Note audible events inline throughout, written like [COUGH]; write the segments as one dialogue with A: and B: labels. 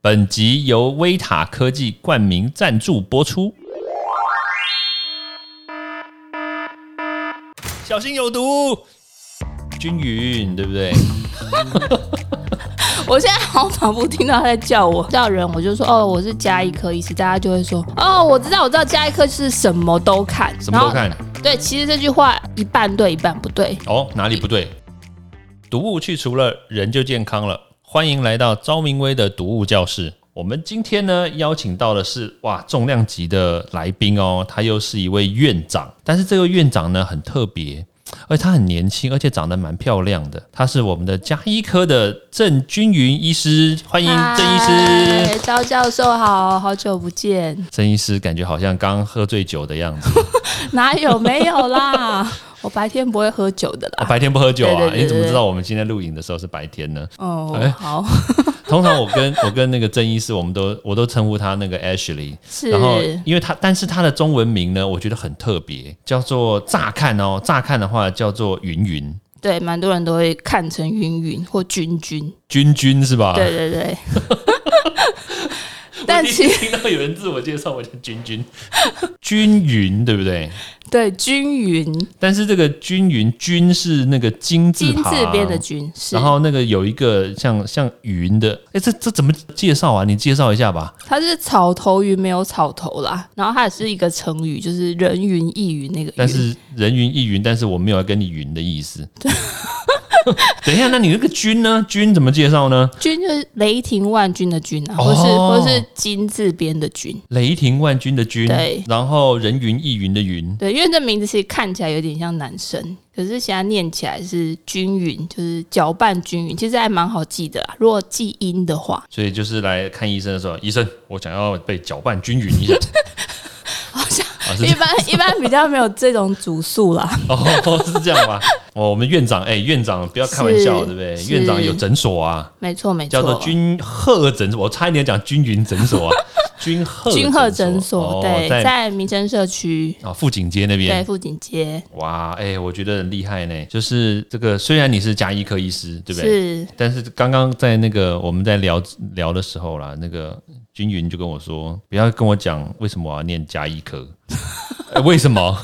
A: 本集由威塔科技冠名赞助播出。小心有毒，均匀，对不对？
B: 我现在好仿佛听到他在叫我，叫人我就说哦，我是加医科医师，大家就会说哦，我知道，我知道加医科是什么都看，
A: 什么都
B: 然后。
A: 看
B: 对，其实这句话一半对，一半不对。
A: 哦，哪里不对？毒物去除了，人就健康了。欢迎来到昭明威的毒物教室。我们今天呢，邀请到的是哇重量级的来宾哦，他又是一位院长，但是这位院长呢很特别，而且她很年轻，而且长得蛮漂亮的。她是我们的加医科的郑君云医师，欢迎郑医师。
B: 嗨，哎赵教授好，好久不见， [LAUGHS]
A: 郑医师感觉好像刚喝醉酒的样子，
B: 哪有没有啦？ [LAUGHS] 我白天不会喝酒的
A: 哦
B: 啦。
A: 白天不喝酒
B: 对对
A: 啊？
B: 对对
A: 你怎么
B: 对
A: 知道我们今天录影的时候是白天呢？
B: 哦，
A: 哎
B: 好， [LAUGHS]
A: 通常我跟我跟那个郑医师，我们都我都称呼他那个 Ashley，
B: 是
A: 然后因为他，但是他的中文名呢，我觉得很特别，叫做乍看哦，乍看的话叫做云云
B: 对，蛮多人都会看成云云或君君。
A: 君君是吧？ [LAUGHS]
B: 对对对。
A: 我
B: 但
A: 第一
B: 其
A: 次听到有人自我介绍，我叫君君， [LAUGHS] 君云对不对？
B: 对均匀
A: 但是这个君云君是那个金字
B: 金
A: 旁
B: 字边的均是，
A: 然后那个有一个像像云的，哎，这这怎么介绍啊？你介绍一下吧。
B: 它是草头云没有草头啦，然后它也是一个成语，就是人云亦云那个云。
A: 但是人云亦云，但是我没有要跟你云的意
B: [LAUGHS]
A: 思。等一下，那你那个君呢？君怎么介绍呢？
B: 君就是雷霆万钧的钧啊，
A: 哦
B: 或是或是金字边的钧。
A: 雷霆万钧的钧，
B: 对
A: 然后人云亦云的云，
B: 对，因为这名字其实看起来有点像男生，可是现在念起来是均匀，就是搅拌均匀，其实还蛮好记的啦。如果记音
A: [LAUGHS]
B: 的话，
A: 所以就是来看医生的时候，医生，我想要被搅拌均匀一下。
B: [LAUGHS] 好像
A: 啊，是
B: 一
A: [LAUGHS]
B: 般一般比较没有这种主诉啦。
A: 哦，是这样吧？哦，我们院长，哎、院长不要开玩笑，
B: 是
A: 对不对？
B: 是
A: 院长有诊所啊，
B: 没错没错，
A: 叫做君鹤诊所，我差一点讲均云诊
B: [LAUGHS]
A: 所啊，君鹤
B: 君鹤诊
A: 诊哦
B: 所，对，
A: 在
B: 在民生社区，
A: 啊富锦街那边，
B: 对，富锦街，
A: 哇，哎、我觉得很厉害呢。就是这个，虽然你是加医科医师，对不对？
B: 是
A: 但是刚刚在那个我们在聊聊的时候啦，那个君云就跟我说，不要跟我讲为什么我要念加医
B: [LAUGHS]
A: 科、哎为什么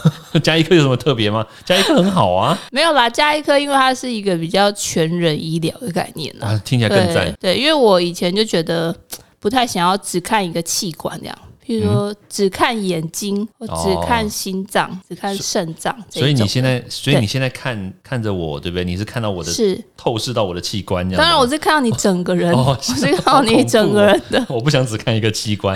A: 加医科有什么特别吗？加医科很好啊，
B: 没有啦，加医科，因为它是一个比较全人医疗的概念啦。
A: 啊，听起来更赞
B: 对。对，因为我以前就觉得不太想要只看一个器官这样，譬如
A: 嗯
B: 说只看眼睛，或只看心脏，只看肾脏这
A: 哦
B: 一
A: 所以你
B: 种
A: 现在，所以
B: 对
A: 你现在看看着我，对不对？你是看到我的
B: 是，
A: 透视到我的器官，这样吗。
B: 当然我是看到你整个
A: [LAUGHS]
B: 人，
A: 哦
B: 我是看到你整个人的。
A: [LAUGHS] 我不想只看一个器官，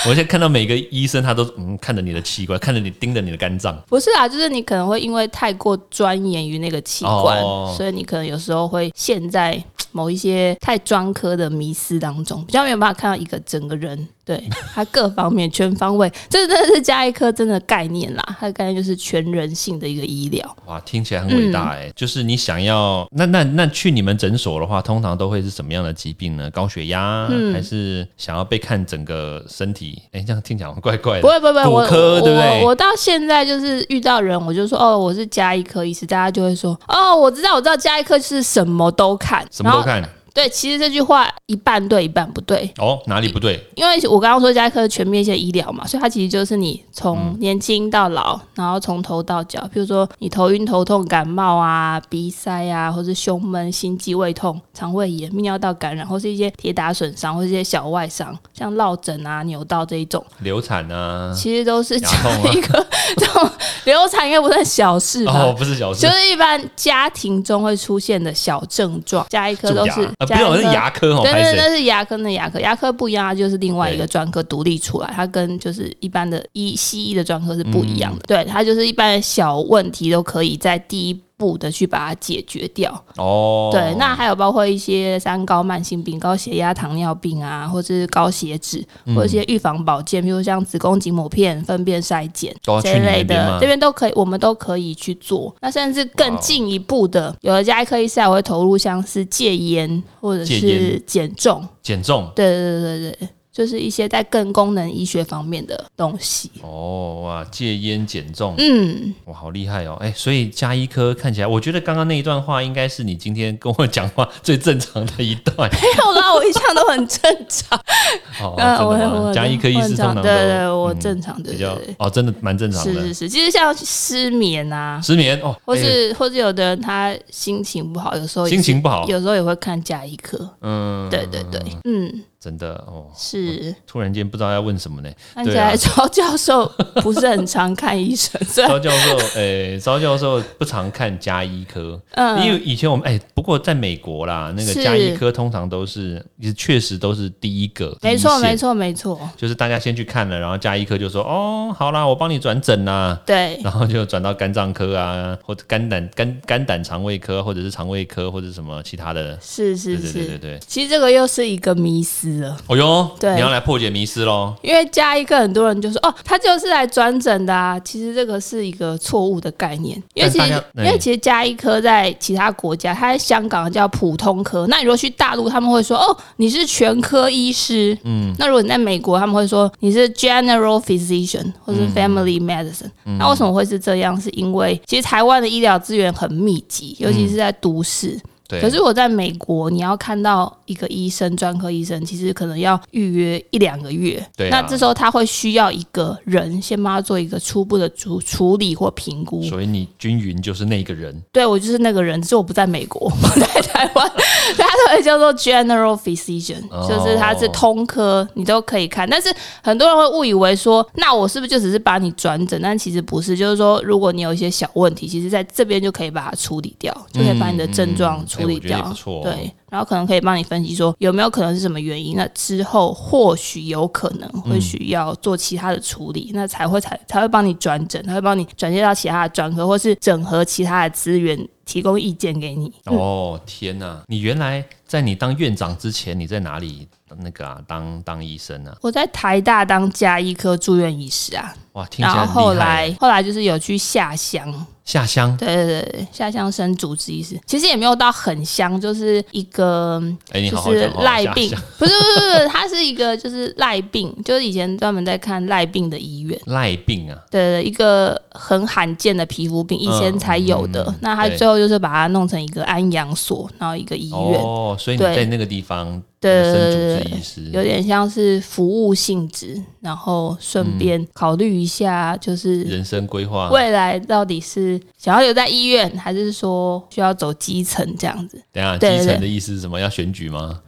A: 我现在看到每个医生，他都嗯看着你的器官，看着你盯着你的肝脏。
B: 不是啊，就是你可能会因为太过钻研于那个器官，
A: 哦
B: 所以你可能有时候会陷在某一些太专科的迷思当中，比较没有办法看到一个整个人，
A: [LAUGHS]
B: 对他各方面全方位，这真的是加一科真的概念啦，它的概念就是全人性的一个医疗。
A: 哇，听起来很伟大
B: 嗯
A: 哎、就是你想要那那那去你们诊所的话，通常都会是什么样的疾病呢？高血压，
B: 嗯
A: 还是想要被看整个身体？哎、这样听起来好像怪怪
B: 不
A: 的。
B: 会不会，不会我
A: 骨科
B: 我
A: 对不对
B: 我我到现在就是遇到人，我就说哦，我是加医科医师，大家就会说哦，我知道我知道加医科是什么都看，
A: 什么都
B: 然后。
A: 看
B: 对，其实这句话一半对，一半不对。
A: 哦，哪里不对？
B: 因为我刚刚说加医科全面性医疗嘛，所以它其实就是你
A: 嗯
B: 从年轻到老，然后从头到脚，比如说你头晕、头痛、感冒啊、鼻塞啊，或是胸闷、心悸、胃痛、肠胃炎、泌尿道感染，或是一些跌打损伤，或是一些小外伤，像落枕啊、扭到这一种，
A: 流产啊？
B: 其实都是
A: 嗯牙
B: 加
A: 痛啊
B: 一个 [LAUGHS] 这种流产应该不算小事吧。
A: 哦，不是小事
B: 就，是一般家庭中会出现的小症状，加一科
A: 蛀
B: 都
A: 牙
B: 是
A: 啊，不
B: 加一
A: 要
B: 科
A: 是牙科哦，
B: 对
A: 拍
B: 对，那
A: 谁？
B: 是牙科的牙科，牙科不一样，它就是另外一
A: 对
B: 个专科独立出来，它跟就是一般的医西医的专科是不一
A: 嗯
B: 样的。对，它就是一般的小问题都可以在第一步的去把它解决掉。
A: 哦，
B: 对，那还有包括一些三高、慢性病、高血压、糖尿病啊，或者是高血脂，
A: 嗯
B: 或者一些预防保健，比如像子宫颈抹片、粪便筛检
A: 都要去
B: 这一
A: 你那
B: 类
A: 边吗
B: 的，这边都可以，我们都可以去做。那甚至更进一步
A: 哦
B: 的，有的家医科医师还会投入像是戒烟或者
A: 戒烟
B: 是减重。
A: 减重
B: 对对对对对，就是一些在更功能医学方面的东西。
A: 哦，哇，戒烟减重，
B: 嗯，
A: 哇，好厉害哦！哎、所以加医科看起来，我觉得刚刚那一段话应该是你今天跟我讲话最正常的一段。
B: 没有啦，我一向都很正常。
A: [LAUGHS] 哦，
B: 嗯，我
A: 真的吗？
B: 我
A: 加医科医
B: 我
A: 师
B: 很
A: 通
B: 常
A: 常都
B: 对对，我
A: 嗯
B: 正常的，
A: 比
B: 对
A: 较
B: 对。
A: 哦，真的蛮正常
B: 是
A: 的
B: 是。是，其实像失眠啊，
A: 失眠哦，
B: 或
A: 哎
B: 是、或是有的人他心情不好，有时候也
A: 心
B: 是
A: 情不好，
B: 有时候也会看加医科。
A: 嗯，
B: 对对对，嗯，
A: 真的哦。
B: 是。
A: 突然间不知道要问什么呢？ [LAUGHS]
B: 看起
A: 对啊
B: 来周教授不是很常看医生， [LAUGHS] 所以
A: 招教授，诶、招教授不常看加医科，因
B: 嗯，
A: 为以前我们哎、不过在美国啦，那个
B: 是
A: 加医科通常都是，也确实都是第一个，
B: 没错
A: 第一线
B: 没，错没错，
A: 就是大家先去看了，然后加医科就说，哦，好啦，我帮你转诊啦。
B: 对，
A: 然后就转到肝脏科啊，或者肝胆肝肝胆肠胃科，或者是肠胃科，或者什么其他的。
B: 是
A: 对
B: 是
A: 对对对
B: 是。
A: 对。
B: 其实这个又是一个迷思了，
A: 哦哟，
B: 对
A: 你要来破解迷思喽。
B: 因为加医科很多人就说哦，他就是来转诊的啊，其实这个是一个错误的概念，因为其
A: 但大
B: 实
A: 家
B: 因为
A: 哎
B: 其实加医科在其他国家，它在香港叫普通科，那你如果去大陆，他们会说哦，你是全科医师，嗯，那如果你在美国，他们会说你是 general physician 或
A: 嗯
B: 是 family medicine，、那为什么会是这样？是因为其实台湾的医疗资源很密集，尤
A: 嗯
B: 其是在都市，
A: 对，
B: 可是我在美国，你要看到一个医生，专科医生，其实可能要预约一两个月。
A: 对啊
B: 那这时候他会需要一个人先帮他做一个初步的处处理或评估。
A: 所以你均匀就是那个人。
B: 对我就是那个人，只是我不在美国， [LAUGHS] 我在台湾， [LAUGHS] 所以他会叫做 general physician，、
A: 哦
B: 就是他是通科，你都可以看。但是很多人会误以为说，那我是不是就只是把你转诊？但其实不是，就是说，如果你有一些小问题，其实在这边就可以把它处理掉，就可以把你的症状处理掉。
A: 哎我觉得也不错哦
B: 对，然后可能可以帮你分析说有没有可能是什么原因。那之后或许有可能会
A: 嗯
B: 需要做其他的处理，那才会才才会帮你转诊，才会帮你转接到其他的专科，或是整合其他的资源，提供意见给你。
A: 哦天哪！你原来在你当院长之前，你在哪里那个啊？当当医生啊？
B: 我在台大当加医科住院医师啊，
A: 哇，听
B: 然
A: 起来
B: 后
A: 很
B: 后
A: 厉害耶。
B: 来后来就是有去下乡，
A: 下乡，
B: 对对对对，下乡生主治医师，其实也没有到很乡，就是一个
A: 哎，你
B: 就
A: 好好
B: 是
A: 讲话。
B: 赖
A: 下
B: 病
A: 乡，
B: 不是不是不是，他是一个就是赖病，就是以前专门在看赖病的医院。
A: 赖病啊，
B: 的一个很罕见的皮肤病，以前才有的。
A: 嗯
B: 那他
A: 对
B: 最后就是把它弄成一个安养所，然后一个医院，
A: 哦，所以你
B: 对
A: 在那个地方
B: 对
A: 生
B: 对对
A: 主
B: 对
A: 治医
B: 有
A: 师。
B: 点像是服务性质，然后顺便考虑一下，就
A: 嗯
B: 是
A: 人生规划，
B: 未来到底是想要留在医院，还是说需要走基层这样子？
A: 等一下
B: 对对
A: 基层
B: 对
A: 的意思是什么？要选举吗？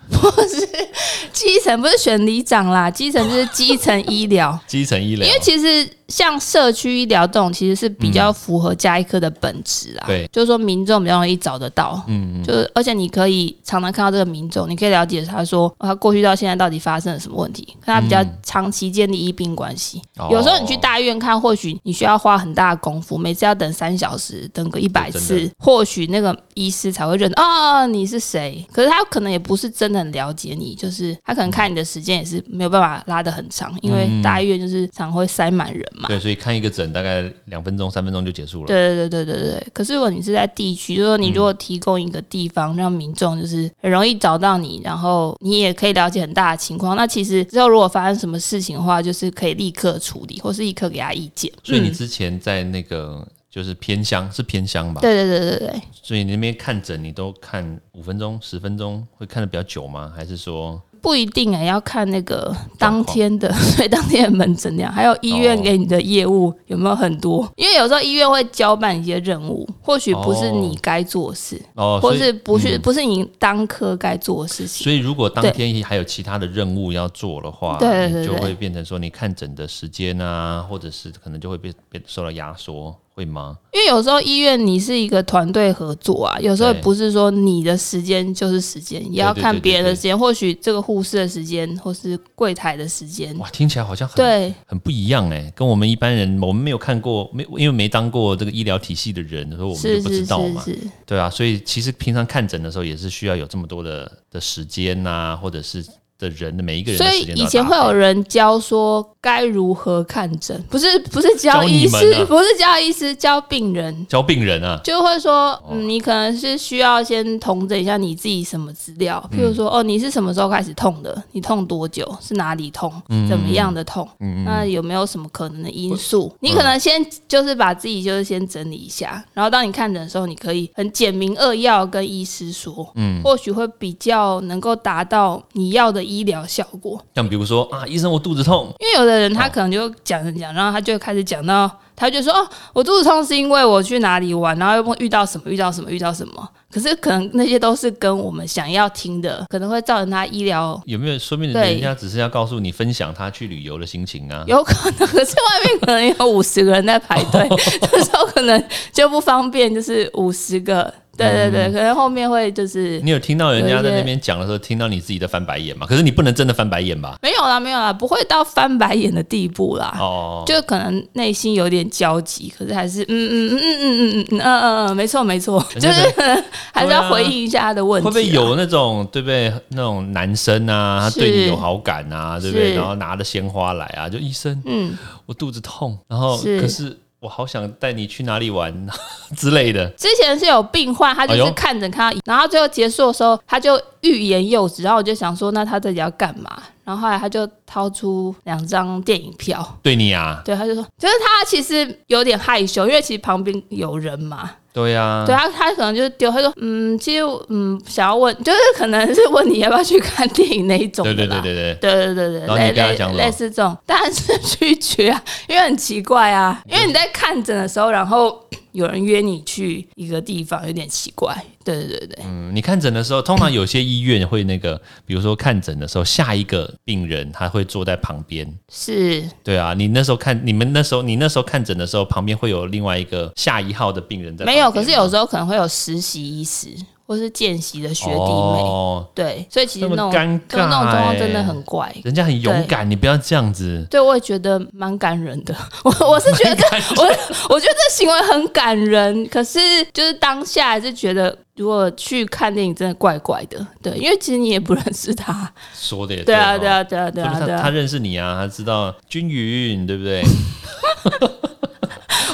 B: 基层不是选里长啦，基层就是基层医疗。
A: 基层医疗
B: 因为，其实像社区医疗这种，其实是比较符合加医科的本质啦。
A: 嗯对
B: 就是说民众比较容易找得到。
A: 嗯嗯，
B: 就是，而且你可以常常看到这个民众，你可以了解他说、哦他过去到现在到底发生了什么问题，跟他比
A: 嗯
B: 较长期建立医病关系。
A: 哦
B: 有时候你去大医院看，或许你需要花很大的功夫，每次要等三小时，等个一百
A: 真
B: 次，或许那个医师才会认得哦你是谁。可是他可能也不是真的很了解你，就是他可能看你的时间也是没有办法拉得很
A: 嗯
B: 长，因为大医院就是常会塞满人嘛。
A: 哦对，所以看一个诊大概两分钟、三分钟就结束了。
B: 对对对对对对。可是如果你是在地区，就是说你如果提供一个地方，让民众就是很容易找到你，然后你也可以了解很大的情况。那其实之后如果发生什么事情的话，就是可以立刻处理，或是立刻给他意见。
A: 所以你
B: 嗯、
A: 之前在那个就是偏乡，是偏乡吧？
B: 对对对对对，
A: 所以你那边看诊，你都看五分钟、十分钟，会看的比较久吗？还是说，
B: 不一定哎、要看那个
A: 状
B: 当
A: 况
B: 天的， [LAUGHS] 对当天的门诊量，还有医院
A: 哦
B: 给你的业务有没有很多？因为有时候医院会交办一些任务，或许不是
A: 哦
B: 你该做的事，
A: 哦，
B: 或
A: 所以
B: 是不是、不是你当科该做的事情。
A: 所以如果当
B: 对
A: 天还有其他的任务要做的话，
B: 对对对
A: 你就
B: 对
A: 会变成说你看诊的时间啊，或者是可能就会被被受到压缩，会吗？
B: 因为有时候医院你是一个团队合作啊，有时候
A: 对
B: 不是说你的时间就是时间，也要
A: 对对
B: 看
A: 对
B: 别人的
A: 对
B: 时间。或许这个护士的时间，或是柜台的时间，
A: 哇，听起来好像很
B: 嗯对
A: 很不一样哎、跟我们一般人，我们没有看过，没因为没当过这个医疗体系的人，所以我们
B: 是
A: 就不
B: 是
A: 知道
B: 是
A: 嘛。
B: 是，
A: 对啊，所以其实平常看诊的时候也是需要有这么多的的时间呐、或者是的人的每一个人
B: 所
A: 的
B: 以
A: 时间都
B: 以
A: 要
B: 前
A: 搭
B: 会有
A: 配
B: 人教说该如何看诊，不是不是教
A: 教你
B: 医
A: 们
B: 师，
A: 啊
B: 不是教医师，教病人。
A: 教病人啊，
B: 就会说，嗯，你可能是需要先统整一下你自己什么资料，
A: 嗯
B: 譬如说，哦，你是什么时候开始痛的？你痛多久？是哪里痛？
A: 嗯
B: 怎么样的痛？那有没有什么可能的因素？你可能先就是把自己就是先整理一下，然后当你看诊的时候，你可以很简明扼要跟医师说，嗯，或许会比较能够达到你要的医疗效果。
A: 像比如说啊，医生我肚子痛，
B: 因为有的人他可能就讲着讲，然后他就开始讲到，他就说哦，我肚子痛是因为我去哪里玩，然后又遇到什么遇到什么遇到什么。可是可能那些都是跟我们想要听的，可能会造成他医疗
A: 有没有？说明
B: 对
A: 人家只是要告诉你分享他去旅游的心情啊。
B: 有可能，可是外面可能有五十个人在排队，这时候可能就不方便，就是五十个。对对对，可能后面会就是
A: 你有听到人
B: 有
A: 家
B: 一
A: 在那
B: 些
A: 边讲的时候，听到你自己在翻白眼吗？可是你不能真的翻白眼吧？
B: 没有啦，没有啦，不会到翻白眼的地步啦。
A: 哦，
B: 就可能内心有点焦急，可是还是嗯嗯嗯嗯嗯嗯嗯嗯嗯嗯，没错没错，
A: 人
B: 就
A: 家
B: 是
A: 的
B: 可能还是要回应一下他的问题、
A: 会不会？有那种对不对？那种男生啊，他
B: 是
A: 对你有好感啊，对不对？
B: 是
A: 然后拿着鲜花来啊，就医生，
B: 嗯，
A: 我肚子痛，然后
B: 是
A: 可是我好想带你去哪里玩 [LAUGHS] 之类的。
B: 之前是有病患，他就
A: 哎
B: 是
A: 呦
B: 看着看到，然后最后结束的时候，他就欲言又止，然后我就想说，那他到底要干嘛？然后后来他就掏出两张电影票，
A: 对你啊，
B: 对，他就说，就是他其实有点害羞，因为其实旁边有人嘛，
A: 对啊，
B: 对他，他可能就是丢，他说，嗯，其实嗯，想要问，就是可能是问你要不要去看电影那一种的
A: 对
B: 啦，
A: 对对对对。
B: 对对对对，
A: 然后你
B: 类
A: 跟他
B: 类
A: 讲什么
B: 类似这种， [LAUGHS] 当然是拒绝啊，因为很奇怪啊，
A: 嗯
B: 因为你在看诊的时候，然后 [COUGHS] 有人约你去一个地方，有点奇怪。对对对对，
A: 嗯，你看诊的时候，通常有些医院会那个，比如说看诊的时候，下一个病人他会坐在旁边。
B: 是
A: 对啊，你那时候看，你们那时候，你那时候看诊的时候，旁边会有另外一个下一号的病人在旁边吗。
B: 没有，可是有时候可能会有实习医师或是见习的学弟妹，
A: 哦，
B: 对，所以其实
A: 这么
B: 那种
A: 尴
B: 就那种
A: 尬
B: 状况
A: 欸
B: 真的很怪。
A: 人家很勇敢，你不要这样子。
B: [LAUGHS] 对，我也觉得蛮感人的。 [LAUGHS] 我我是觉得我 [LAUGHS] 我觉得这行为很感人，可是就是当下还是觉得，如果去看电影真的怪怪的。对，因为其实你也不认识他。
A: 说的也
B: 对
A: 哦
B: 啊，对啊，对啊，对
A: 说不
B: 啊，
A: 定
B: 对
A: 他他
B: 啊。
A: 认识你啊，他知道均匀，对不对？ [LAUGHS]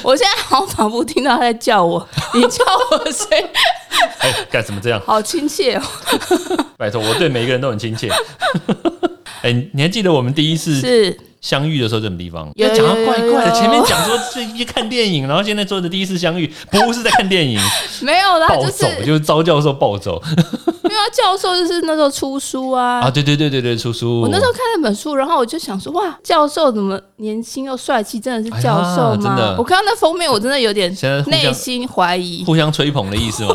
B: 我现在好像仿佛听到他在叫我，你叫我谁？ [LAUGHS]
A: 哎，干什么这样？
B: 好亲切哦。
A: 拜托，我对每一个人都很亲切。 [LAUGHS] 哎，你还记得我们第一次
B: 是
A: 相遇的时候在什么地方？
B: 有
A: 因为讲到
B: 有有
A: 怪怪的，
B: 有
A: 前面讲说是一看电影，然后现在做的第一次相遇不是在看电
B: [LAUGHS]
A: 影，
B: 没有啦，
A: 暴
B: 啊就是
A: 走就是招教授暴走
B: 没有啊教授，就是那时候出书啊。
A: 啊！对哦对对对对，叔叔，
B: 我那时候看那本书，然后我就想说，哇，教授怎么年轻又帅气？真的是教授
A: 哎呀真
B: 吗？
A: 的
B: 我看到那封面，我真的有点
A: 现在互相
B: 内心怀疑，
A: 互相吹捧的意思
B: [LAUGHS]
A: 吗？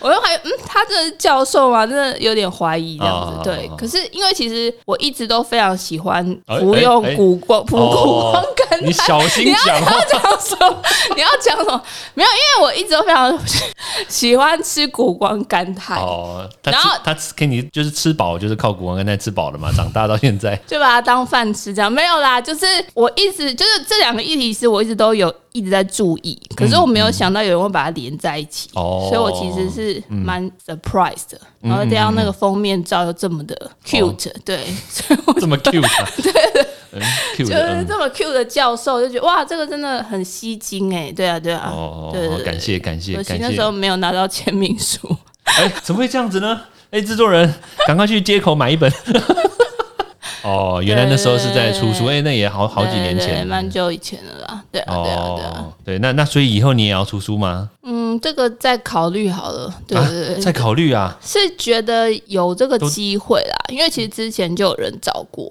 B: 我就怀疑，嗯，他真的是教授吗？真的有点怀疑这样子。
A: 哦
B: 对
A: 哦哦，
B: 可是因为其实我一直都非常喜欢
A: 哎
B: 服
A: 哎
B: 用
A: 哎哦
B: 谷胱服谷胱甘
A: 你
B: 肽。
A: 小心讲话
B: 要讲什么？ [LAUGHS] 你要讲什么？没有，因为我一直都非常喜欢吃谷胱甘肽。
A: 哦。他
B: 然后
A: 吃他吃给你就是吃饱，就是靠古文跟他吃饱了嘛，长大到现在。
B: 就把它当饭吃，这样没有啦。就是我一直就是这两个议题是我一直都有一直在注意，可是我没有想到有人会把它连在一起，
A: 哦
B: 所以我其实是蛮 surprise 的。然
A: 嗯
B: 后加上那个封面照又这么的 cute，、对，所以我
A: 哦这么 cute，、啊、
B: [LAUGHS]
A: 对，cute
B: 就
A: 的
B: 是
A: 嗯
B: 这么 cute 的教授，就觉得哇，这个真的很吸睛哎、对啊，对啊，
A: 哦，
B: 对对
A: 哦
B: 对
A: 感谢感谢
B: 可惜
A: 感
B: 那时
A: 谢
B: 候，没有拿到签名书。
A: 哎，怎么会这样子呢？哎，制作人，赶快去街口买一
B: [LAUGHS]
A: 本。哦，原来那时候是在出书，哎，那也好好几年
B: 对对对
A: 前了。
B: 蛮久以前的啦。对啊，对啊，对啊。
A: 哦，对，那那所以以后你也要出书吗？
B: 嗯，这个再考虑好了。对对对，
A: 啊，再考虑啊。
B: 是觉得有这个机会啦，因为其实之前就有人找过，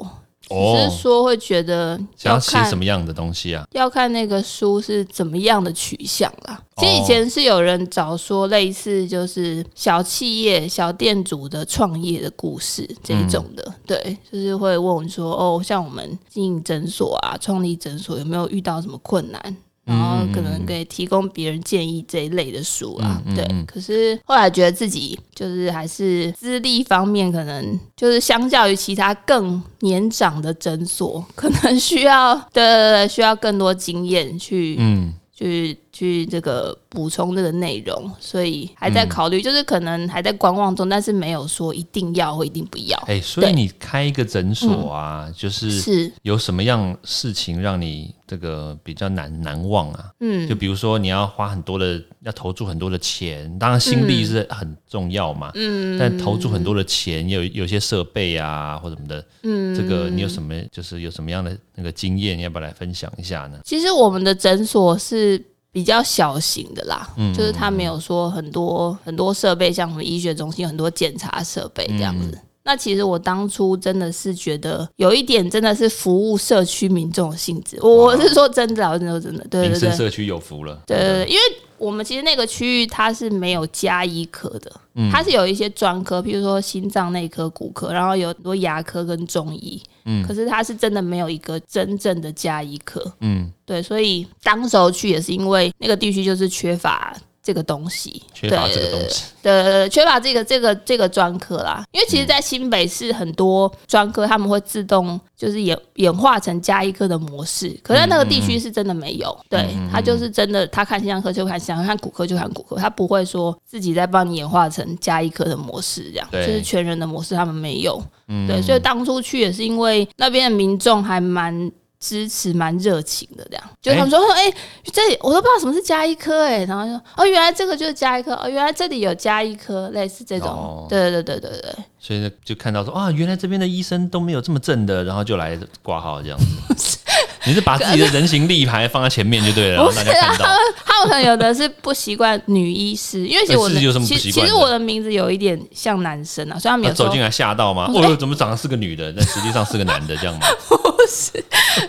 A: 嗯
B: 只
A: 哦
B: 是，说会觉得
A: 想
B: 要
A: 要写
B: 看
A: 什么样的东西啊？
B: 要看那个书是怎么样的取向啦。其实
A: 哦
B: 以前是有人找说类似就是小企业、小店主的创业的故事这一种的，
A: 嗯
B: 对，就是会问我说哦，像我们经营诊所啊、创立诊所有没有遇到什么困难？然后
A: 嗯
B: 可能给提供别人建议这一类的书啊，
A: 嗯嗯
B: 对
A: 嗯。
B: 可是后来觉得自己就是还是资历方面，可能就是相较于其他更年长的诊所，可能需要对对对对需要更多经验去、
A: 嗯，
B: 去去这个补充这个内容，所以还
A: 嗯
B: 在考虑，就是可能还在观望中，但是没有说一定要或一定不要。
A: 哎、所以
B: 对
A: 你开一个诊所啊，就是
B: 嗯是，
A: 有什么样事情让你这个比较难难忘啊？
B: 嗯
A: 就，比如说你要花很多的，要投注很多的钱，当然心
B: 嗯
A: 力是很重要嘛。嗯，但投注很多的钱，有有些设备啊或什么的，嗯，这个你有什么就是有什么样的那个经验，要不要来分享一下呢？
B: 其实我们的诊所是比较小型的啦，就是它没有说很多很多设备，像我们医学中心有很多检查设备这样子。那其实我当初真的是觉得有一点真的是服务社区民众的性质，我我是说真的啦，我真的真的，对
A: 民
B: 对对
A: 生，社区有福了，
B: 对对对，因为我们其实那个区域它是没有加医科的，它是有一些专科，譬如说心脏内科、骨科，然后有很多牙科跟中医，可是它是真的没有一个真正的加医科，
A: 嗯，
B: 对，所以当时候去也是因为那个地区就是缺乏这个东西，
A: 缺乏
B: 对
A: 这个东西，
B: 的缺乏这个这个这个专科啦，因为其实，在新北市很多专科他们会自动就是演演化成加医科的模式，可是在那个地区是真的没有，对他就是真的，他看心脏科就看心脏，科，看骨科就看骨科，他不会说自己在帮你演化成加医科的模式，这样就
A: 对
B: 是全人的模式他们没有，
A: 嗯
B: 对，所以当初去也是因为那边的民众还蛮。支持蛮热情的，这样就他们说，哎、这里我都不知道什么是加医科哎、然后就哦，原来这个就是加医科，哦，原来这里有加医科，类似这种
A: 哦，
B: 对、对对对对对，
A: 所以呢就看到说啊，原来这边的医生都没有这么正的，然后就来挂号这样子。 [LAUGHS] 你是把自己的人形立牌放在前面就对了，
B: [LAUGHS] 不
A: 让
B: 是
A: 大
B: 啊
A: 家看到。
B: 他们可能有的是不习惯女医师，因为其实我的
A: 哎是有什么不
B: 其
A: 习
B: 实
A: 惯
B: 其
A: 的
B: 实我的名字有一点像男生啊，所以他们
A: 他
B: 有时
A: 走
B: 候
A: 进来吓到
B: [LAUGHS]
A: 吗？哦，怎么长得是个女的，但实际上是个男的这样吗？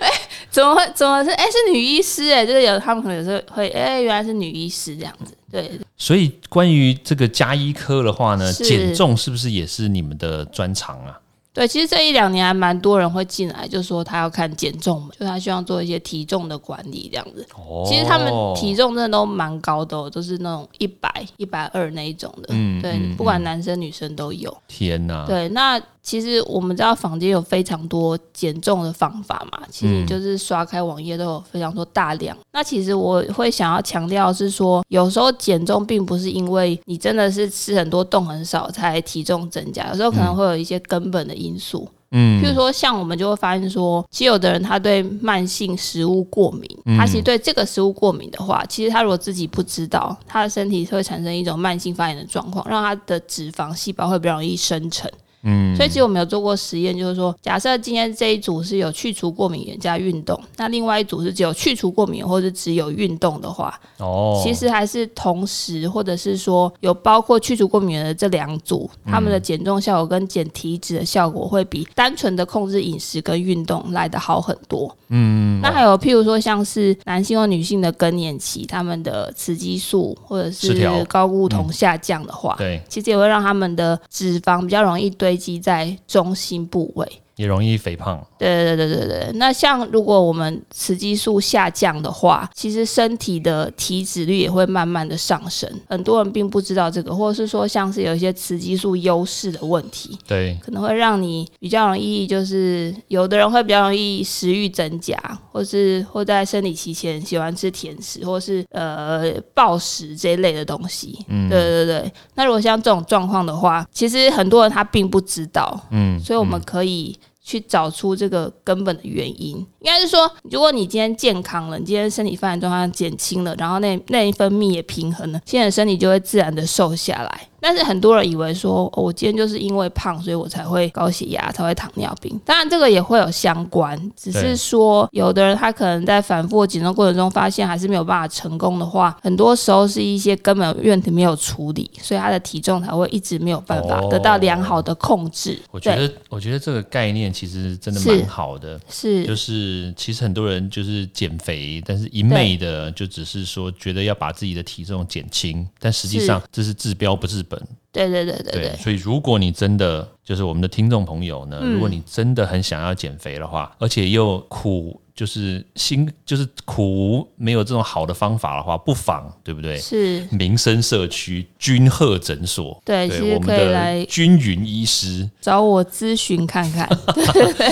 B: 哎怎么会怎么是哎、是女医师哎、就是有他们可能有时候会哎、原来是女医师这样子，对，
A: 所以关于这个加医科的话呢，
B: 是
A: 减重是不是也是你们的专长啊？
B: 对，其实这一两年还蛮多人会进来，就说他要看减重嘛，就他希望做一些体重的管理这样子。
A: 哦
B: 其实他们体重真的都蛮高的、哦，都是那种一百、一百二那一种的。
A: 嗯
B: 对，
A: 嗯
B: 不管男生女生都有。
A: 天哪、
B: 对，那其实我们知道坊间有非常多减重的方法嘛，其实就是刷开网页都有非常多大量。那其实我会想要强调的是说，有时候减重并不是因为你真的是吃很多动很少才体重增加，有时候可能会有一些根本的因素，
A: 嗯
B: 譬如说像我们就会发现说，其实有的人他对慢性食物过敏，他其实对这个食物过敏的话，其实他如果自己不知道，他的身体会产生一种慢性发炎的状况，让他的脂肪细胞会比较容易生成。
A: 嗯
B: 所以其实我们有做过实验，就是说，假设今天这一组是有去除过敏源加运动，那另外一组是只有去除过敏源或者只有运动的话，
A: 哦，
B: 其实还是同时，或者是说有包括去除过敏源的这两组，
A: 嗯
B: 他们的减重效果跟减体脂的效果会比单纯的控制饮食跟运动来的好很多。嗯，那还有譬如说像是男性或女性的更年期，他们的雌激素或者
A: 失调嗯
B: 是高固酮下降的话，
A: 对，
B: 其实也会让他们的脂肪比较容易堆积在中心部位。
A: 也容易肥胖。
B: 对对对对对对。那像如果我们雌激素下降的话，其实身体的体脂率也会慢慢的上升。很多人并不知道这个，或者是说像是有一些雌激素优势的问题。
A: 对，
B: 可能会让你比较容易，就是有的人会比较容易食欲增加，或是或在生理期前喜欢吃甜食，或是呃暴食这一类的东西。嗯，对对对。那如果像这种状况的话，其实很多人他并不知道，
A: 嗯，
B: 所以我们可以去找出这个根本的原因。应该是说，如果你今天健康了，你今天身体发展状况减轻了，然后内内分泌也平衡了，现在的身体就会自然的瘦下来。但是很多人以为说，哦，我今天就是因为胖，所以我才会高血压，才会糖尿病。当然，这个也会有相关，只
A: 对
B: 是说有的人他可能在反复的减重过程中发现还是没有办法成功的话，很多时候是一些根本问题没有处理，所以他的体重才会一直没有办法
A: 哦
B: 得到良好的控制。
A: 我觉
B: 对
A: 得我觉得这个概念其实真的
B: 是
A: 蛮好的。
B: 是
A: 就是其实很多人就是减肥，但是一昧的就只是说觉得要把自己的体重减轻，但实际上这是治标不治本。
B: 对对对对对，
A: 所以如果你真的就是我们的听众朋友呢，
B: 嗯
A: 如果你真的很想要减肥的话，而且又苦。就是辛就是苦无没有这种好的方法的话，不妨对不对？
B: 是，
A: 民生社区君鹤诊所，
B: 对，其
A: 对
B: 实
A: 我们
B: 可以来
A: 的均匀医师，
B: 找我咨询看看。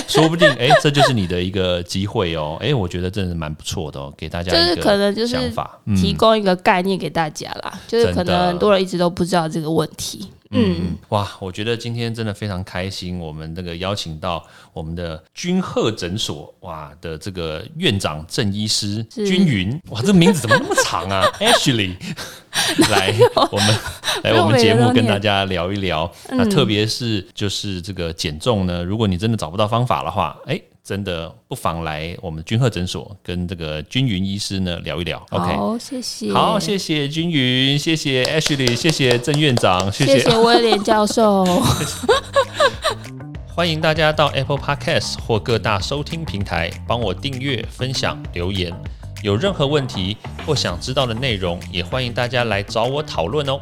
A: 说不定哎、这就是你的一个机会哦。哎、我觉得真的蛮不错的哦，给大家
B: 就是
A: 一个
B: 可能就是
A: 想法，
B: 提供一个概念给大家啦，就是可
A: 嗯真的
B: 能很多人一直都不知道这个问题。嗯，
A: 嗯，哇，我觉得今天真的非常开心，我们这个邀请到我们的君鹤诊所哇的这个院长郑医师
B: 是
A: 君云，哇，这名字怎么那么长
B: [LAUGHS]
A: 啊？Ashley，来我们来
B: 不用
A: 我们节
B: 每个
A: 目
B: 都
A: 跟
B: 念嗯
A: 大家聊一聊，那特别是就是这个减重呢，如果你真的找不到方法的话，哎。真的不妨来我们君鹤诊所跟这个君云医师呢聊一聊。OK，
B: 好，谢谢，
A: 好，谢谢君云，谢谢 Ashley，谢谢郑院长，谢
B: 谢谢威廉教授，
A: [LAUGHS]
B: [LAUGHS]
A: 欢迎大家到 Apple Podcast 或各大收听平台帮我订阅、分享、留言。有任何问题或想知道的内容，也欢迎大家来找我讨论哦。